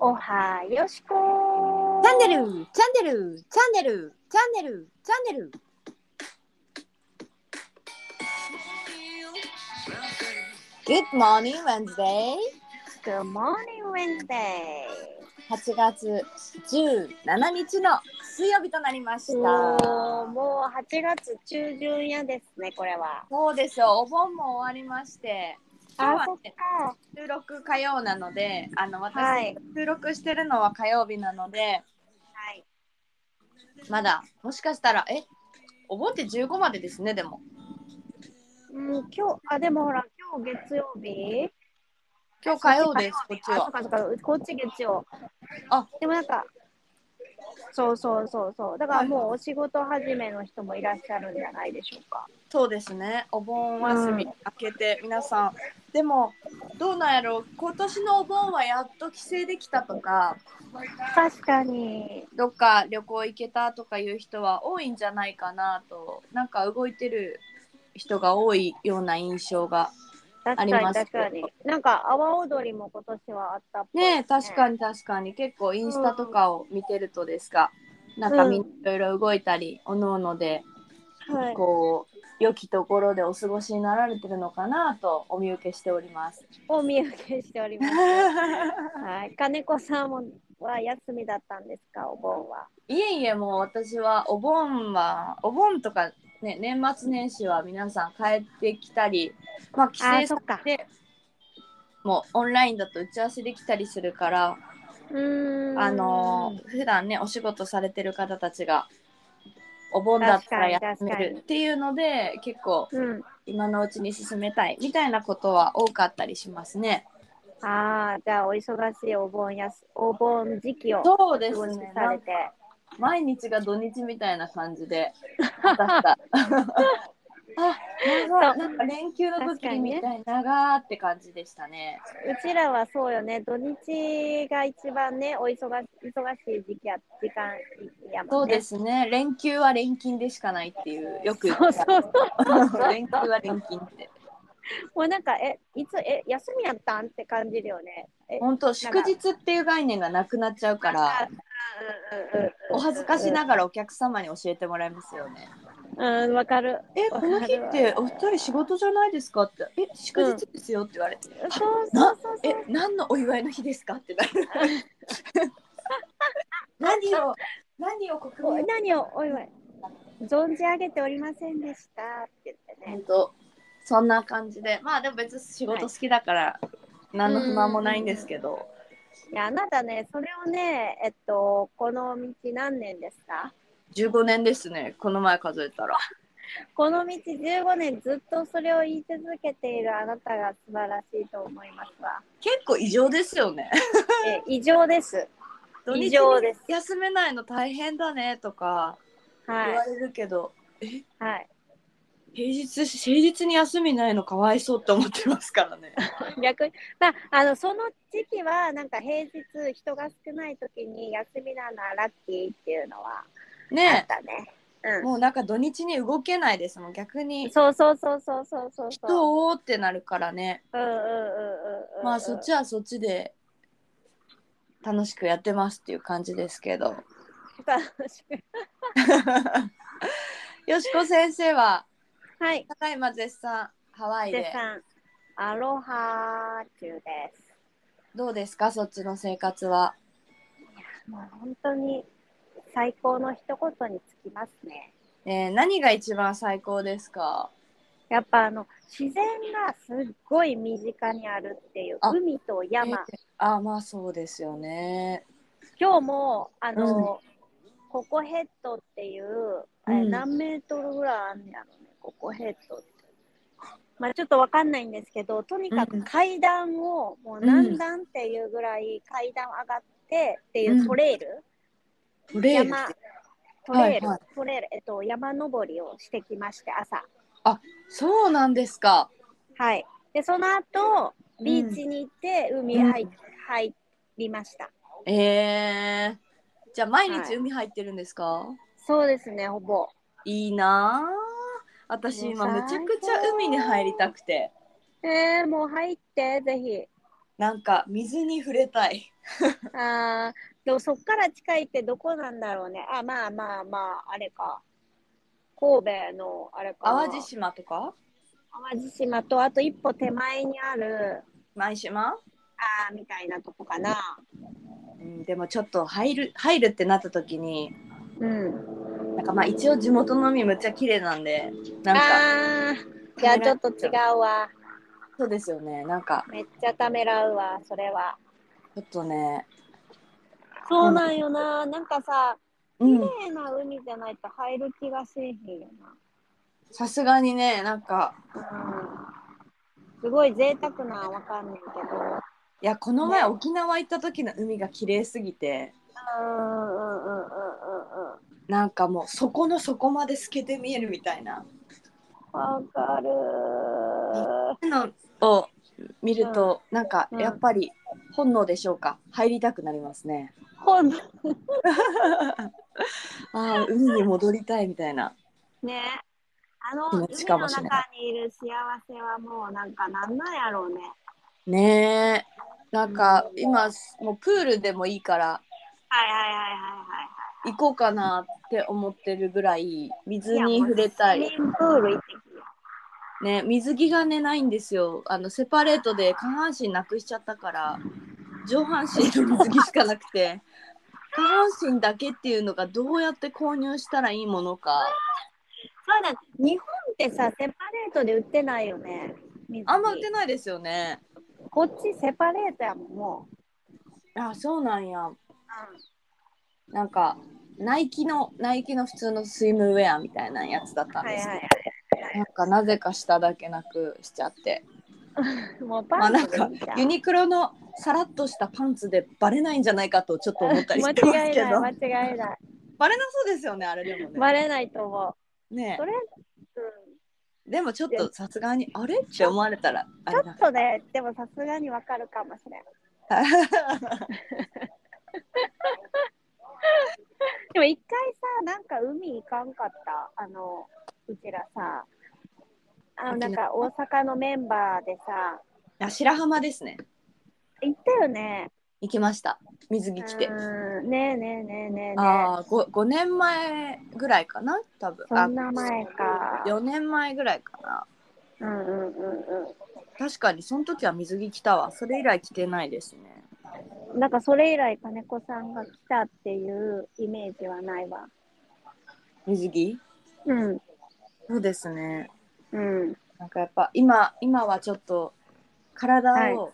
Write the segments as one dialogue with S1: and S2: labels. S1: おはよしこ
S2: チャンネルチャンネルチャンネルチャンネルチャンネルグッモーニング Wednesday
S1: Good morning Wednesday
S2: 8月17日の水曜日となりました
S1: もうもう8月中旬やですねこれは
S2: そうですよお盆も終わりまして今日はね
S1: か
S2: 収録火曜なのであの
S1: は
S2: 私
S1: い
S2: 収録してるのは火曜日なので
S1: はい
S2: まだもしかしたらえお盆って15までですねでも
S1: うん今日あでもほら今日月曜日
S2: 今日火曜です
S1: 火
S2: こっ
S1: 曜日
S2: ちは
S1: あそうかそうかこっち月曜
S2: あ
S1: でもなんかそうそうそうそうだからもうお仕事始めの人もいらっしゃるんじゃないでしょうか
S2: そうですね。お盆休み
S1: うん
S2: 明けて、皆さん。でも、どうなんやろう。今年のお盆はやっと帰省できたとか、
S1: 確かに
S2: どっか旅行行けたとかいう人は多いんじゃないかなと、なんか動いてる人が多いような印象が。
S1: 確か
S2: あり
S1: に
S2: ます
S1: 確かになんか阿波踊りも今年はあったっぽい
S2: ねえ、確か
S1: に
S2: に確かに。結構インスタとかを見てるとですが、なんかみんないろいろ動いたり、おのおので、
S1: はい
S2: こう、良きところでお過ごしになられてるのかなとお見受けしてお ります。
S1: お見受けしており ます。はい、金子さんもは休みだったんですか、お盆は。
S2: いえいえもう私はお盆はお盆とか、ね、年末年始は皆さん帰ってきたり、まあ、帰省
S1: あー
S2: さ
S1: そっか
S2: れてもうオンラインだと打ち合わせできたりするから
S1: うん
S2: あのー普段ねお仕事されてる方たちがお盆だったら
S1: 確かに
S2: 休め
S1: 確かに
S2: るっていうので結構
S1: うん、
S2: 今のうちに進めたいみたいなことは多かったりしますね。
S1: ああ、じゃあお忙しいお盆やす、お盆時期を過
S2: そうです
S1: ごし
S2: ね
S1: されて。
S2: 毎日が土日みたいな感 じであなんかなんか連休の
S1: 確か
S2: 時
S1: にね
S2: みたい長ーって感じでしたね。
S1: うちらはそうよね、土日が一番ね、お忙し忙しい時期や時間や
S2: そ
S1: も
S2: うん
S1: ね。
S2: で。すね。連休は連勤でしかないっていうよく言
S1: そう
S2: う
S1: そうそう。
S2: 連休は連勤って
S1: もうなんかえいつえ休みやったんって感じるよね。え、
S2: 本当祝日っていう概念がなくなっちゃうから
S1: うんうんうん
S2: お恥ずかしながらお客様に教えてもらいますよね。
S1: うん、わかる。
S2: えこの日ってお二人仕事じゃないですかってえ祝日ですよって言われて、
S1: そうそうそうそう
S2: え。何のお祝いの日ですかってな る何を何を国民
S1: 何をお祝い存じ上げておりませんでしたって言ってね
S2: 本当そんな感じでまあでも別に仕事好きだから何の不満もないんですけど
S1: いやあなたねそれをねえっとこの道何年ですか
S2: 15年ですねこの前数えたら
S1: この道15年ずっとそれを言い続けているあなたが素晴らしいと思いますわ
S2: 結構異常ですよ ね
S1: え異常です
S2: 土日
S1: 異常です
S2: 休めないの大変だねとか
S1: は
S2: 言わ
S1: い
S2: れるけど、
S1: はい
S2: 平日平日に休みないのかわいそうって思ってますから ね
S1: 逆にまああのその時期はなんか平日人が少ない時に休みなのはラッキーっていうのはあっ
S2: ね
S1: たね
S2: えもうなんか土日に動けないですもん逆
S1: う
S2: に
S1: んそうそうそうそうそうそうそう
S2: 人をってなるからね
S1: うんうんうんうんうん
S2: まあそっちはそっちで楽しくやってますっていう感じですけど
S1: 楽しく
S2: よしこ先生は
S1: はい
S2: ただいま絶賛ハワイ
S1: 絶
S2: で
S1: 賛アロハ中です
S2: どうですかそっちの生活は
S1: もう本当に最高の一言につきますね
S2: えー何が一番最高ですか
S1: やっぱあの自然がすっごい身近にあるっていう
S2: あ
S1: 海と山
S2: えーあまあそうですよね
S1: 今日もあの、ココヘッドっていう、あれ
S2: うん
S1: 何メートルぐらいあんねやろねココヘッドって。まあちょっとわかんないんですけどとにか
S2: う
S1: く
S2: ん
S1: 階段をもう
S2: う
S1: 何
S2: ん
S1: 段っていうぐらい階段上がってっていうトレイル、
S2: トレイル
S1: 山トレイル、
S2: はい
S1: トレイル、えっと、山登りをしてきまして朝
S2: そうなんですか
S1: はいでその後ビーチに行って海へ入,、
S2: うん
S1: 入りました
S2: えー、じゃあ毎
S1: はい
S2: 日海入ってるんですか、
S1: そうですねほぼ
S2: い、いなあ私
S1: もう
S2: 今めちゃくちゃ
S1: 最高
S2: 海に入りたくて
S1: えー、もう入ってぜひ
S2: なんか水に触れたい
S1: あーでもそっから近いってどこなんだろうね。あ、まあまあまあ、あれか。神戸のあれかな。
S2: 淡路島とか
S1: 淡路島と、あと一歩手前にある、
S2: 舞島、
S1: あーみたいなとこかな。
S2: うん、でもちょっと入る入るってなった時に
S1: うん。
S2: なんかまあ一応地元の海むっちゃ綺麗なんでなんか
S1: ああ、いや、ちょっと違うわ。
S2: そうですよねなんか
S1: めっちゃためらうわ、それは。
S2: ちょっとね
S1: そうなんよな。なんかさ、
S2: う
S1: 綺
S2: ん
S1: 麗な海じゃないと入る気がせえへんよな。
S2: さすがにねなんか
S1: うんすごい贅沢なんわかんないけど。
S2: いやこの前沖縄行った時の海が綺麗すぎて
S1: うんうんうんうんうんうん。
S2: なんかもうそこの底まで透けて見えるみたいな
S1: わかる
S2: のを見ると、なんかやっぱり本能でしょうか入りたくなりますね。
S1: 本
S2: ああ海に戻りたいみたいな。
S1: ね。あの、
S2: 気
S1: 海
S2: 持ちか
S1: の
S2: もし
S1: 中
S2: れな
S1: にいる幸せはもうなんかなんなんやろうね。
S2: ねえなんか今もうプールでもいいから
S1: はいはいはい
S2: 行こうかなって思ってるぐらい水
S1: はいはい。
S2: に触れた
S1: いやもう
S2: い。
S1: スイミングプール行ってきよ
S2: ね水着がねないんですよ。あのセパレートで下半身なくしちゃったから上半身の水着しかなく て。下半身だけっていうのがどうやって購入したらいいものか
S1: そうだ、日本ってさ、セパレートで売ってないよね。水着
S2: あんま売ってないですよね。
S1: こっちセパレートやもん、もう。
S2: あそうなんや。なんかナイキのナイキの普通のスイムウェアみたいなやつだったん
S1: はい
S2: ですけど、
S1: はい
S2: なんかなぜか下だけなくしちゃって
S1: はい。もう
S2: ま
S1: パ
S2: あ
S1: ンツ
S2: なんか
S1: でいいじゃ
S2: ユニクロのさらっとしたパンツでバレないんじゃないかとちょっと思ったりしてます
S1: 間違い
S2: け
S1: ない
S2: ど
S1: 間違いない
S2: バレなそうですよねあれでもね
S1: バレないと思う
S2: ね
S1: それ、
S2: でもちょっとさすがにあれって思われたらあ
S1: う
S2: れ
S1: ん、ちょっとねでもさすがにわかるかもしれない
S2: だ
S1: でも一回さなんか海行かんかったあのうちらさあのなんか大阪のメンバーでさ
S2: あ白浜ですね
S1: 行ったよね
S2: 行きました水着着て
S1: うんねえねえねえねえねえ
S2: ああ 5, 5年前ぐらいかな多分
S1: そんな前か
S2: 4年前ぐらいか
S1: う
S2: な
S1: んうんうん
S2: 確かにその時は水着着たわそれ以来着てないですね
S1: うんなんかそれ以来金子さんが来たっていうイメージはないわ
S2: 水着
S1: うん
S2: そうですね
S1: うん
S2: なんかやっぱ今今はちょっと体を、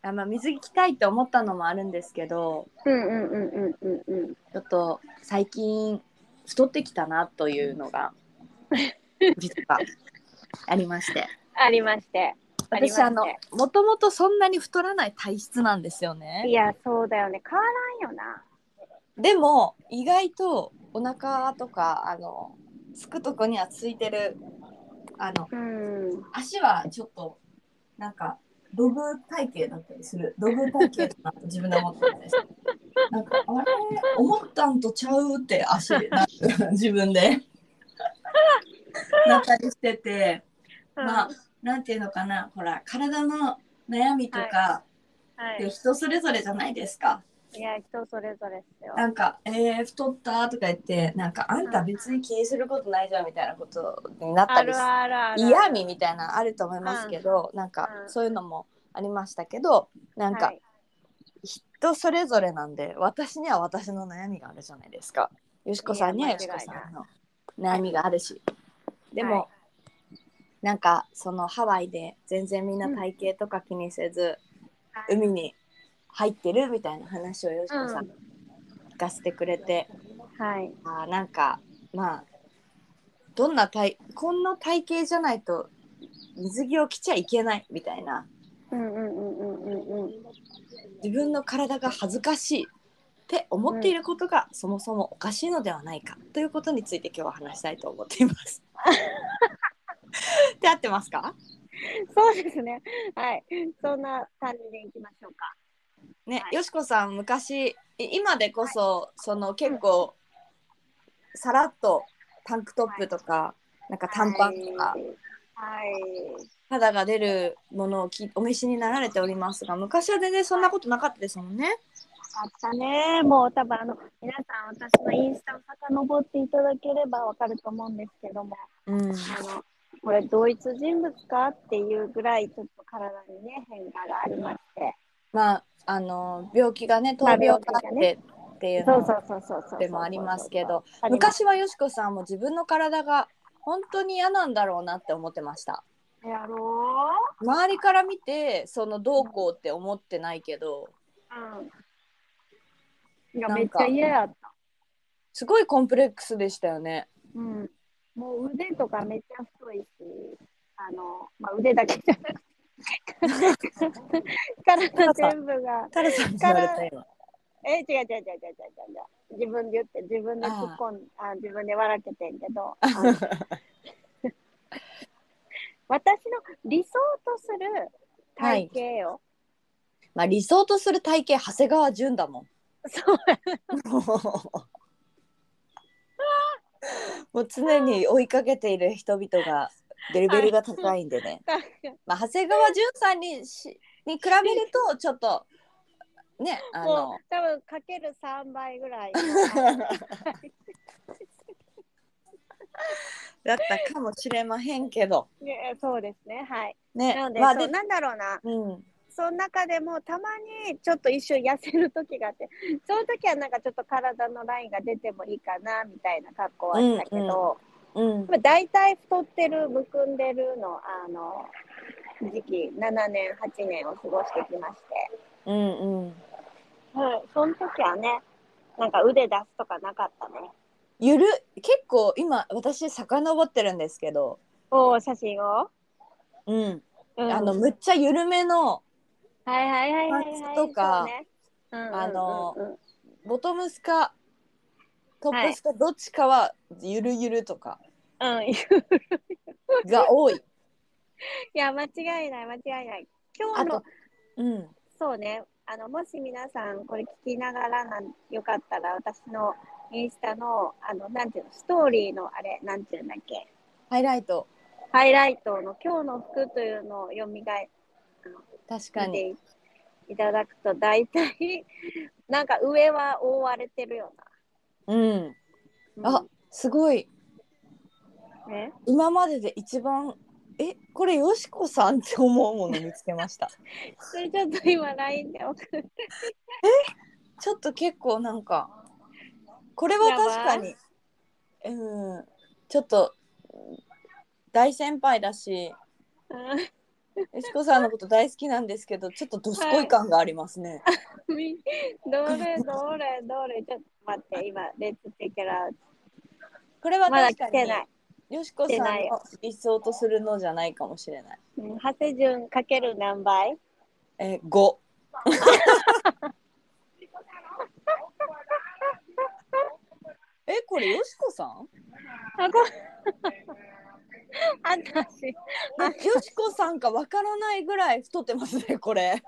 S2: あまあ、水着着たいって思ったのもあるんですけど
S1: うんうんうんうんうんうん
S2: ちょっと最近太ってきたなという のが実はありまして
S1: ありましてありまし
S2: 私
S1: て
S2: あのもともとそんなに太らない体質なんですよ
S1: い
S2: ね
S1: やそうだよね変わらんよな
S2: でも意外とお腹とかあのつくとこにはついてるあの
S1: うん
S2: 足はちょっとなんかロブ体型だったりするロブ体型だなと自分で思ったんですなんかあれ思ったんとちゃうって足な自分でなったりしててまあなんていうのかなほら体の悩みとか
S1: は
S2: って
S1: い、
S2: 人それぞれじゃないですか、
S1: いや人それぞれですよ。
S2: なんか「えー、太った」とか言ってなんか「あんた別に気にすることないじゃん」みたいなことになった
S1: あ
S2: り
S1: る
S2: して
S1: あるある。
S2: 嫌味みたいなのあると思いますけど、なんか
S1: うん
S2: そういうのもありましたけどなんか
S1: はい
S2: 人それぞれなんで私には私の悩みがあるじゃないですかよしこさんにはよしこさんの悩みがあるしでも、
S1: は
S2: なんかそのハワイで全然みんな体型とか気にせず、
S1: はい
S2: 海に入ってるみたいな話をよしこさん聞かせてくれて、
S1: はい
S2: あーなんかまあどんな体こんな体型じゃないと水着を着ちゃいけないみたいな
S1: うんうんうんうんうんうん。
S2: 自分の体が恥ずかしいって思っていることが、そもそもおかしいのではないかということについて今日は話したいと思っています。 で合ってますか
S1: そうですね。はい。そんな感じでいきましょうか。
S2: ね、
S1: はい
S2: よしこさん昔い今でこそ、その結構、さらっとタンクトップとか、なんか短パンとか、
S1: はい。はい
S2: 肌が出るものをきお召しになられておりますが昔は全然そんなことなかったですもんね。
S1: あったね。もう多分あの、皆さん私のインスタを遡っていただければわかると思うんですけども、
S2: うん、
S1: あの、これ同一人物かっていうぐらいちょっと体にね、変化がありまして。
S2: まああの病気がね闘
S1: まあ
S2: 病があってっていう
S1: そう
S2: の
S1: そうそうそうそう。
S2: でもありますけど
S1: あります。
S2: 昔はよしこさんも自分の体が本当に嫌なんだろうなって思ってました。
S1: やろ
S2: 周りから見てそのどうこうって思ってないけど
S1: ううん。いや、
S2: な
S1: めっ
S2: ん
S1: ち
S2: か
S1: ゃ嫌やった。
S2: すごいコンプレックスでしたよね。
S1: うん。もう腕とかめっちゃ太いし、あの、まあ、腕だけじゃなくて、体全部 が。
S2: タレさんに言われたよ。
S1: え、違う違う違う違う違う違う。自分で言って、自分で突っ込んあ自分で笑けてんけ ど。あの私の理想とする体型よ。
S2: まあ理想とする体型長谷川純だもん。
S1: そう
S2: もう常に追いかけている人々がレベルが高いんでね。
S1: なんか
S2: まあ長谷川純さんにしに比べるとちょっとねあ
S1: も
S2: の
S1: う多分かける3倍ぐ らい
S2: だったかもしれまへんけど
S1: ねそうですねはい
S2: ね
S1: なので,、
S2: まあ
S1: そう
S2: で
S1: なんだろうな
S2: うん
S1: その中でもたまにちょっと一瞬痩せる時があって その時はなんかちょっと体のラインが出てもいいかなみたいな格好はしたけど、
S2: うんうんうん
S1: まあ、大体太ってるむくんでるのあの時期7年8年を過ごしてきまして、
S2: うんうん
S1: はい、その時はねなんか腕出すとかなかったね
S2: ゆる結構今私遡ってるんですけど、
S1: おお写真を、
S2: うん、
S1: うん
S2: あのむっちゃ緩めの
S1: はいはいはいはいはい、
S2: パンツとか
S1: そうねうんうんうんうん
S2: あのボトムスかトップスかどっちかはゆるゆるとか
S1: うん、い
S2: が多い。
S1: や間違いない間違いない今日
S2: あ
S1: の
S2: と、うん、
S1: そうねあのもし皆さんこれ聞きながらなんよかったら私のインスタのあのなんていうのストーリーのあれなんていうんだっけ
S2: ハイライト
S1: ハイライトの今日の服というのを読みがえ
S2: 確か
S1: 見
S2: に
S1: ていただくと大体 なんか上は覆われてるよ
S2: うん
S1: うな。
S2: あすごい
S1: うんね、
S2: 今までで一番えこれよしこさんって思うもの見つけ ました
S1: それちょっと今 LINE で送る。
S2: ちょっと結構なんかこれは確かにうんちょっとうん大先輩だし
S1: う
S2: よしこさんのこと大好きなんですけどちょっとどすこい感がありますね、
S1: んみ どれどれどれちょっと待って今レッツテケラー
S2: これは
S1: まだ
S2: 確
S1: 来
S2: か
S1: てない。
S2: によしこさんの理想とするのじゃないかもしれない
S1: うんハセジュンかける何 倍
S2: え5 えこれよしこさん
S1: あこあたし
S2: えよしこさんかわからないぐらい太ってますねこれ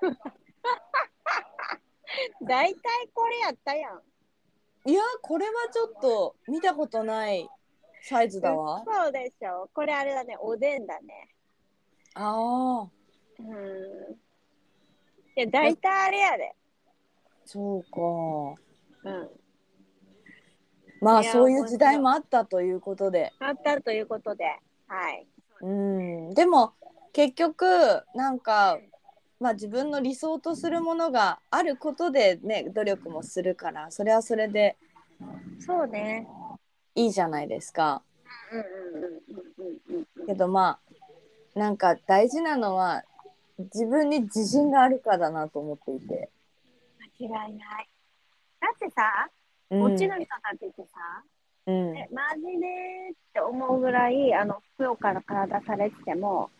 S1: 大体これやったやん。
S2: いやこれはちょっと見たことないサイズだわ
S1: そうでしょ。これあれだねおでんだね。
S2: あー
S1: うん。いや大体あれやで。
S2: そうか
S1: うん。
S2: まあ
S1: いや
S2: そういう時代もあったということで
S1: あったということで。はい。
S2: うんでも結局なんか、まあ、自分の理想とするものがあることでね努力もするからそれはそれで
S1: そうね。
S2: いいじゃないですか。
S1: うんうんうんうんうんうん。
S2: けどまあなんか大事なのは自分に自信があるかだなと思っていて。
S1: 間違いない。だってさ、
S2: うん
S1: こっちの人たちってさ、
S2: うん
S1: えマジねーって思うぐらいあの福岡から出されてても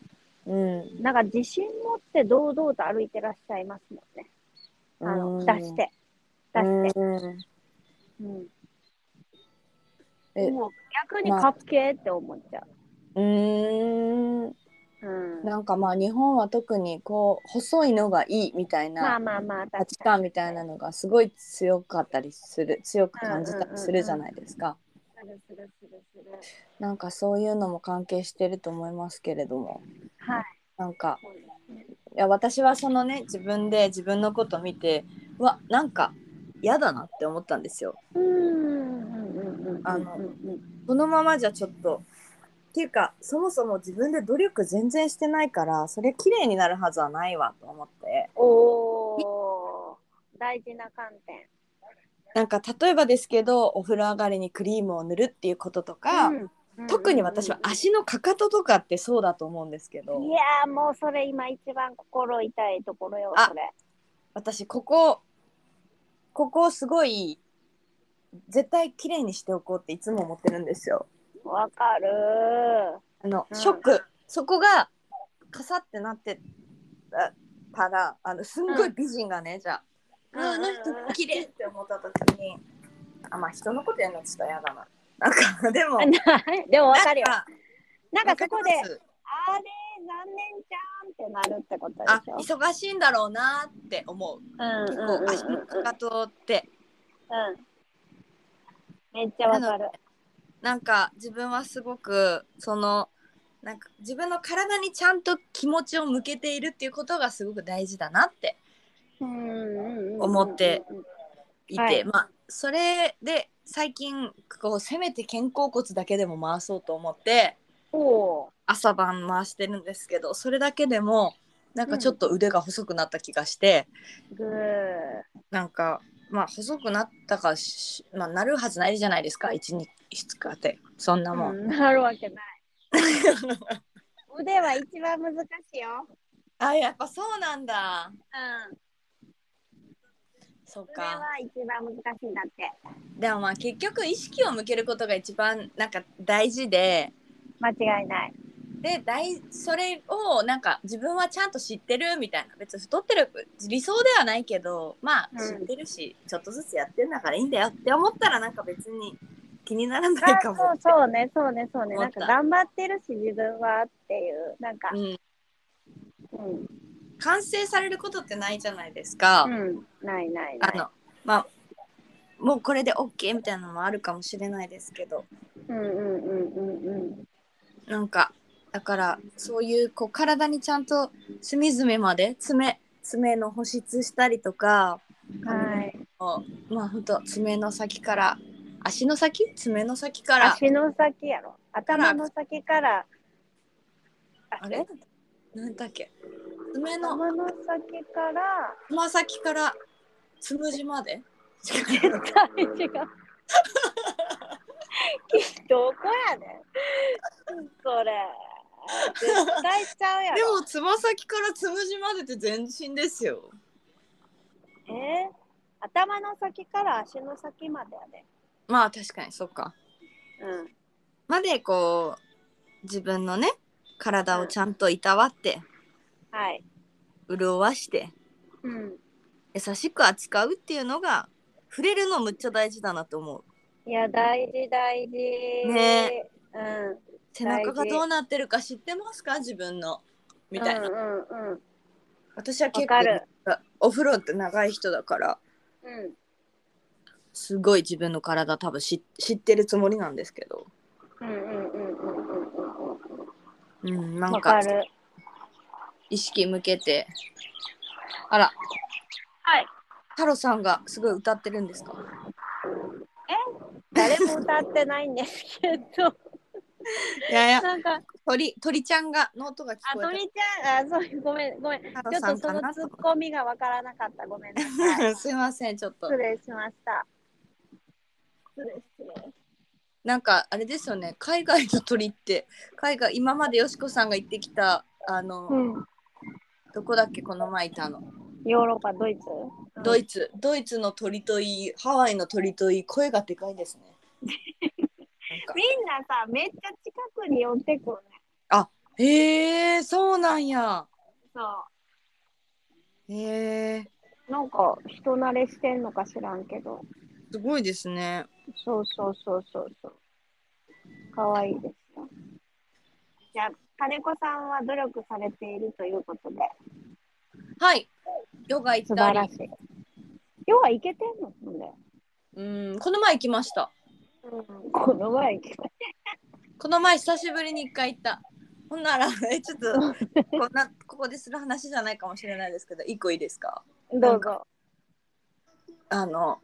S2: うん
S1: なんか自信持って堂々と歩いてらっしゃいますもんねあの、
S2: うん
S1: 出して出して、
S2: うん
S1: うん
S2: え
S1: もう逆にかっけーって思っちゃ
S2: うーん
S1: う、うん、
S2: なんかまあ日本は特にこう細いのがいいみたい
S1: まあ
S2: な
S1: まあまあ
S2: 価
S1: 確
S2: 値
S1: か
S2: 観みたいなのがすごい強かったりする強く感じたりするじゃないですか。
S1: にするするするする
S2: なんかそういうのも関係してると思いますけれども。
S1: はい
S2: なんかいや私はそのね自分で自分のこと見てうわなんか嫌だなって思ったんですよ。
S1: うんうんうんうん
S2: あの
S1: うんうん
S2: このままじゃちょっとっていうかそもそも自分で努力全然してないからそれ綺麗になるはずはないわと思って
S1: おー大事な観点
S2: なんか例えばですけどお風呂上がりにクリームを塗るっていうこととか、
S1: うん
S2: 特に私は
S1: うんうんうん
S2: 足のかかととかってそうだと思うんですけど
S1: いやーもうそれ今一番心痛いところよ
S2: あ
S1: それ
S2: 私ここここすごい絶対綺麗にしておこうっていつも思ってるんですよ。
S1: わかる
S2: あの、
S1: うん
S2: ショックそこがカサってなってたらあのすんごい美人がね、じゃあ「
S1: うん
S2: ああの人綺麗って思った時にあまあ人のことやるのちょっと嫌だな。なんかでも
S1: ーでもわかるよ
S2: なん
S1: なんかそこで
S2: わかります
S1: あれ残念じゃんってなるってことで
S2: あ
S1: しょ
S2: 忙しいんだろうなって思う。
S1: うん
S2: 結
S1: うんうんうん
S2: 構足のかかとって
S1: うんめっちゃわかる
S2: なんか自分はすごくそのなんか自分の体にちゃんと気持ちを向けているっていうことがすごく大事だなって
S1: うんうんうん
S2: 思っていて、
S1: はい
S2: まあそれで最近こうせめて肩甲骨だけでも回そうと思って
S1: おー
S2: 朝晩回してるんですけどそれだけでもなんかちょっと腕が細くなった気がして、
S1: グー
S2: なんかまあ細くなったかし、まあ、なるはずないじゃないですか1日日ってそんなもん。
S1: うんなるわけない腕は一番難しいよ
S2: あやっぱそうなんだ。
S1: うん
S2: そう
S1: 腕は
S2: か
S1: 一番難しいんだって
S2: でもまあ結局意識を向けることが一番なんか大事で
S1: 間違いない
S2: で大それをなんか自分はちゃんと知ってるみたいな別に太ってる理想ではないけどまあ知
S1: うん
S2: ってるし、ちょっとずつやってるんだからいいんだよって思ったらなんか別に気になら
S1: あ
S2: ないか
S1: そう
S2: も。
S1: そうねそうねそうね
S2: 思
S1: な
S2: っ
S1: ん
S2: た
S1: か頑張ってるし自分はっていうなんか
S2: うん、
S1: うん、
S2: 完成されることってないじゃないですか。
S1: うん、ないないない
S2: あのまあもうこれで OK みたいなのもあるかもしれないですけど
S1: うんうんうんうんうん
S2: なんかだからそういうこう体にちゃんと隅々まで爪爪の保湿したりとか、
S1: はい
S2: もうまあほんと爪の先から足の先爪の先から
S1: 足の先やろ頭の先から
S2: あれなんだっけ爪の
S1: 頭の先 から
S2: つま先からつむじまで
S1: 絶対違うきっとどこやねんそれ絶対ちゃうや
S2: で
S1: ろ
S2: もつま先からつむじまでって全身ですよ
S1: えー頭の先から足の先までやで、
S2: まあ確かにそっか
S1: うん
S2: までこう自分のね体をちゃんといたわって
S1: はい。
S2: 潤わして
S1: うん。
S2: 優しく扱うっていうのが触れるのむっちゃ大事だなと思う
S1: いや、大事、大事。
S2: ね
S1: うん。
S2: 背中がどうなってるか知ってますか自分のみたいな、
S1: うんうんうん。
S2: 私は結構
S1: わかる
S2: お風呂って長い人だから
S1: うん。
S2: すごい自分の体多分知知ってるつもりなんですけど
S1: うんうんうんうんうんうん
S2: うん
S1: う。
S2: なんん
S1: わか
S2: か
S1: る。
S2: 意識向けてあら
S1: はい。
S2: 太郎さんがすごい歌ってるんですか
S1: 誰も歌ってないんですけど、
S2: いやいや
S1: なんか、
S2: 鳥鳥ちゃんがの音が聞
S1: あ、
S2: こえ
S1: 鳥ちゃん、あ、そう、ごめん、ごめん。ち
S2: た
S1: ょっとその
S2: と
S1: ツッコミがわからなかった。ごめんなさい。
S2: すいませんちょっと
S1: 失礼しました。失礼、失礼。
S2: なんかあれですよね海外の鳥って海外今までよしこさんが行ってきたあの、
S1: うん。
S2: どこだっけこの前いたの
S1: ヨーロッパ、ドイツ。
S2: ドイツドイツの鳥といいハワイの鳥といい声がでかいですねなんか
S1: みんなさ、めっちゃ近くに寄ってくるね。
S2: へえそうなんや
S1: そう。
S2: へえ
S1: なんか人慣れしてんのか知らんけど。
S2: すごいですね
S1: そうそうそうそうそう。かわいいですよ。じゃあ、金子さんは努力されているということで、
S2: はいヨガ行
S1: 素
S2: った
S1: 晴ら
S2: り
S1: しい。要は行けてんのほんで。
S2: うんこの前行きました
S1: うん、この前行きまし
S2: この前久しぶりに一回行ったほんなら、えちょっとこんなここでする話じゃないかもしれないですけど、一個いいですか
S1: どうぞ。
S2: あの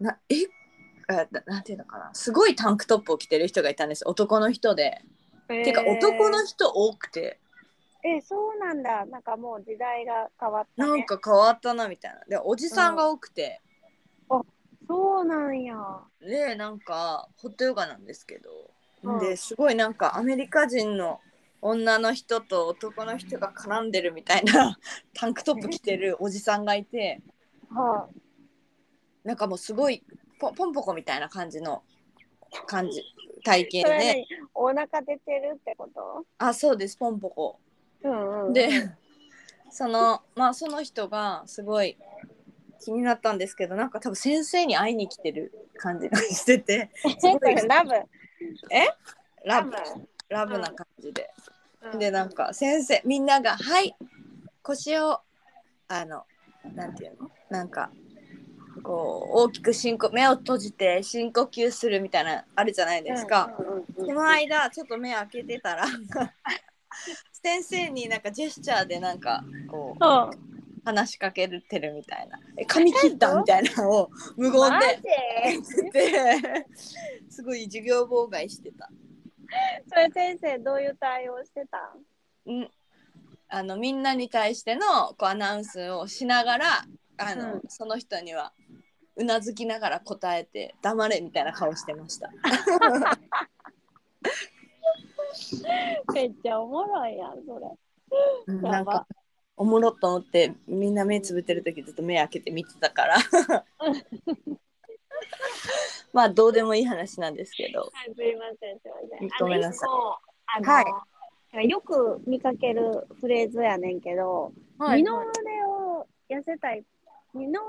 S2: なええななんていうのかなすごいタンクトップを着てる人がいたんです男の人で、てか男の人多くて
S1: えー、そうなんだ。なんかもう時代が変わった、ね。
S2: なんか変わったなみたいなでおじさんが多くて、
S1: そうなんや。
S2: でなんかホットヨガなんですけど、
S1: うん
S2: ですごいなんかアメリカ人の女の人と男の人が絡んでるみたいな タンクトップ着てるおじさんがいて
S1: は
S2: なんかもうすごいポポンポコみたいな感じの感じ体
S1: い。
S2: 型
S1: それは
S2: で
S1: 何お腹出てるってこと
S2: あそうですポンポコ
S1: うんうん。
S2: でそのまあその人がすごい気になったんですけどなんか多分先生に会いに来てる感じがしてて
S1: それ ラブ。
S2: ラブラブな感じででなんか先生みんなが「はい腰をあのなんていうのなんかこう大きく深呼目を閉じて深呼吸するみたいなあるじゃないですか。。その間ちょっと目開けてたら先生になんかジェスチャーでなんかこう
S1: うん。
S2: 話しかけてるみたいな「え髪切った?」みたいなのを無言
S1: マ
S2: で
S1: ジ。
S2: 言っててすごい授業妨害してた。
S1: それ先生どういう対応してたん？
S2: んあのみんなに対してのこうアナウンスをしながらあの、
S1: うん
S2: その人にはうなずきながら答えて黙れみたいな顔してました。
S1: めっちゃおもろいやんそれ。ば
S2: なんかおもろっと思ってみんな目つぶってる時ずっと目開けて見てたから まあどうでもいい話なんですけど
S1: はい、すいません、すいません。
S2: ごめんなさい
S1: あの、
S2: はい
S1: 一個あのよく見かけるフレーズやねんけど、
S2: は
S1: 二
S2: い
S1: の腕を痩せたい、二の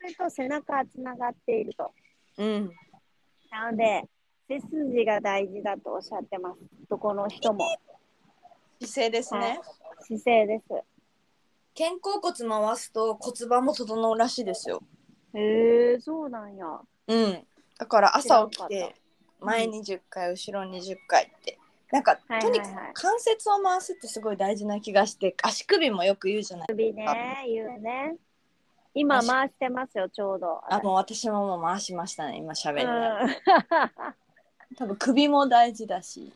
S1: 腕と背中はつながっていると。
S2: うん
S1: なので、背筋が大事だとおっしゃってます。どこの人も。
S2: 姿勢ですね、
S1: はい姿勢です。
S2: 肩甲骨回すと骨盤も整うらしいですよ
S1: へえそうなんや。
S2: うん、だから朝起き
S1: 知らん
S2: て
S1: か
S2: 前20回後ろ20回ってなんか
S1: はいはいはい
S2: とにかく関節を回すってすごい大事な気がして足首もよく言うじゃない
S1: 首ね、言うね。今回してますよ、ちょうど。
S2: あもう私ももう回しましたね今喋
S1: う
S2: り
S1: ん
S2: ながら、多分首も大事だし、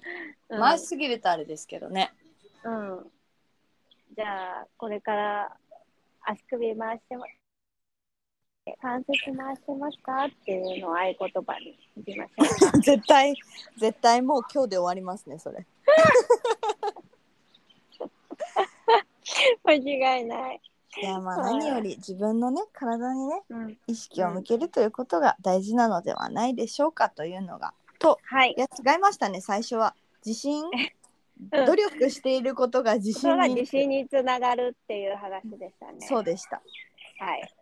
S1: うん
S2: 回しすぎるとあれですけどね
S1: うん。じゃあ、これから足首回してま、関節回してますかっていうのを合言葉にいきましょう。
S2: 絶対絶対もう今日で終わりますねそれ
S1: 間違いない。
S2: いやまあ
S1: はい
S2: 何より自分のね体にね
S1: うん。
S2: 意識を向けるということが大事なのではないでしょうかというのがと
S1: はい
S2: い。や違いましたね最初は自信
S1: うん
S2: 努力していることが自
S1: それ
S2: 信
S1: が
S2: に
S1: 自信につながるっていう話でしたね。
S2: そうでした
S1: はい。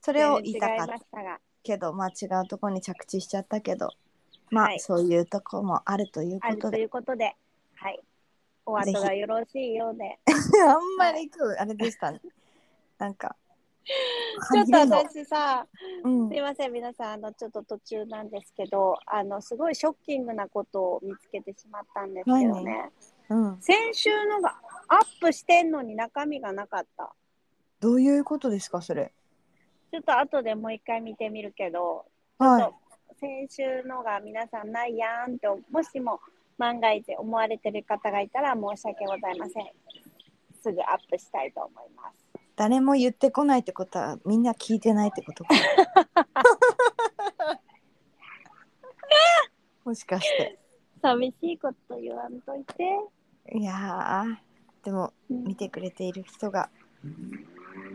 S2: そ
S1: そ
S2: れを言いた
S1: 違
S2: か
S1: いま
S2: った
S1: したが、
S2: けどまあ違うところに着地しちゃったけどまあ、
S1: はい
S2: そういうとこもあるという
S1: あ
S2: こ
S1: る
S2: と
S1: と
S2: で
S1: いうことで、はい。お後がよろしいようで。
S2: あんまりこうあれでしたねなんか
S1: ちょっと
S2: 歯切れも
S1: 私さ、
S2: うん
S1: すいません皆さんあのちょっと途中なんですけどあのすごいショッキングなことを見つけてしまったんですけど
S2: 何
S1: ね
S2: うん、
S1: 先週のがアップしてんのに中身がなかった
S2: どういうことですかそれ
S1: ちょっと後でもう一回見てみるけど
S2: は
S1: 先週のが皆さんないやんともしも万が一思われてる方がいたら申し訳ございませんすぐアップしたいと思います
S2: い誰も言ってこないってことはみんな聞いてないってことか もしかして
S1: 寂しいこと言わんといて、
S2: いやーでも見てくれている人が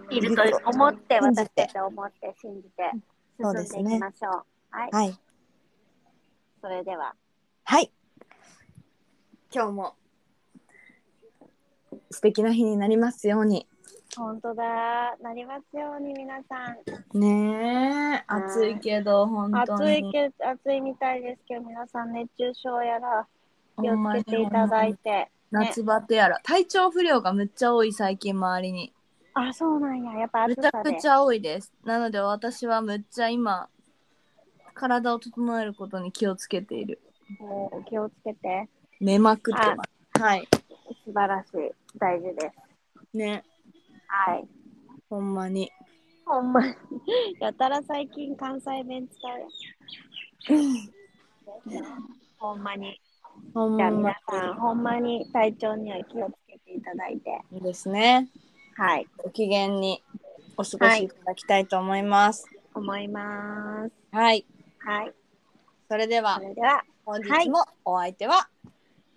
S1: いると思って
S2: 信じ
S1: 私
S2: て
S1: たちは思って信じて進
S2: そうん
S1: で
S2: で
S1: い
S2: す
S1: き
S2: ね
S1: ましょう。はい、
S2: はい
S1: それでは
S2: はい。今日も素敵な日になりますように。
S1: 本当だなりますように皆さん
S2: ねえ、
S1: はい
S2: 暑いけど本当
S1: 暑い
S2: に。
S1: け暑いみたいですけど皆さん熱中症やら気
S2: ほん
S1: を
S2: まに
S1: つけていただいて、
S2: 夏バテやら、体調不良がむっちゃ多い最近周りに。
S1: あそうなんややっぱ
S2: む
S1: 暑
S2: ちゃ
S1: さで
S2: くちゃ多いです。なので私はむっちゃ今体を整えることに気をつけている。
S1: もう気をつけて
S2: めまくってます。はい
S1: 素晴らしい。大事です。
S2: ね
S1: はい。
S2: ほんまに
S1: ほんまに。やたら最近関西弁使うやん。ほんまに。
S2: ほん
S1: じゃあ
S2: ま
S1: 皆さん、ほんまに体調には気をつけていただいて。
S2: ですね
S1: はい。
S2: ご機嫌にお過ごしいただきたいと思います
S1: 思います。
S2: はい、
S1: はい。
S2: それで
S1: そ
S2: は
S1: れでは、
S2: 本日もお相手は、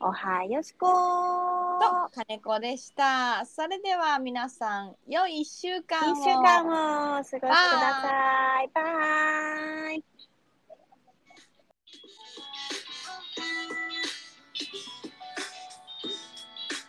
S1: おはよしこー
S2: と金子でしたそれでは皆さん良い1週間を
S1: 一週間もお過ごしください。バイ。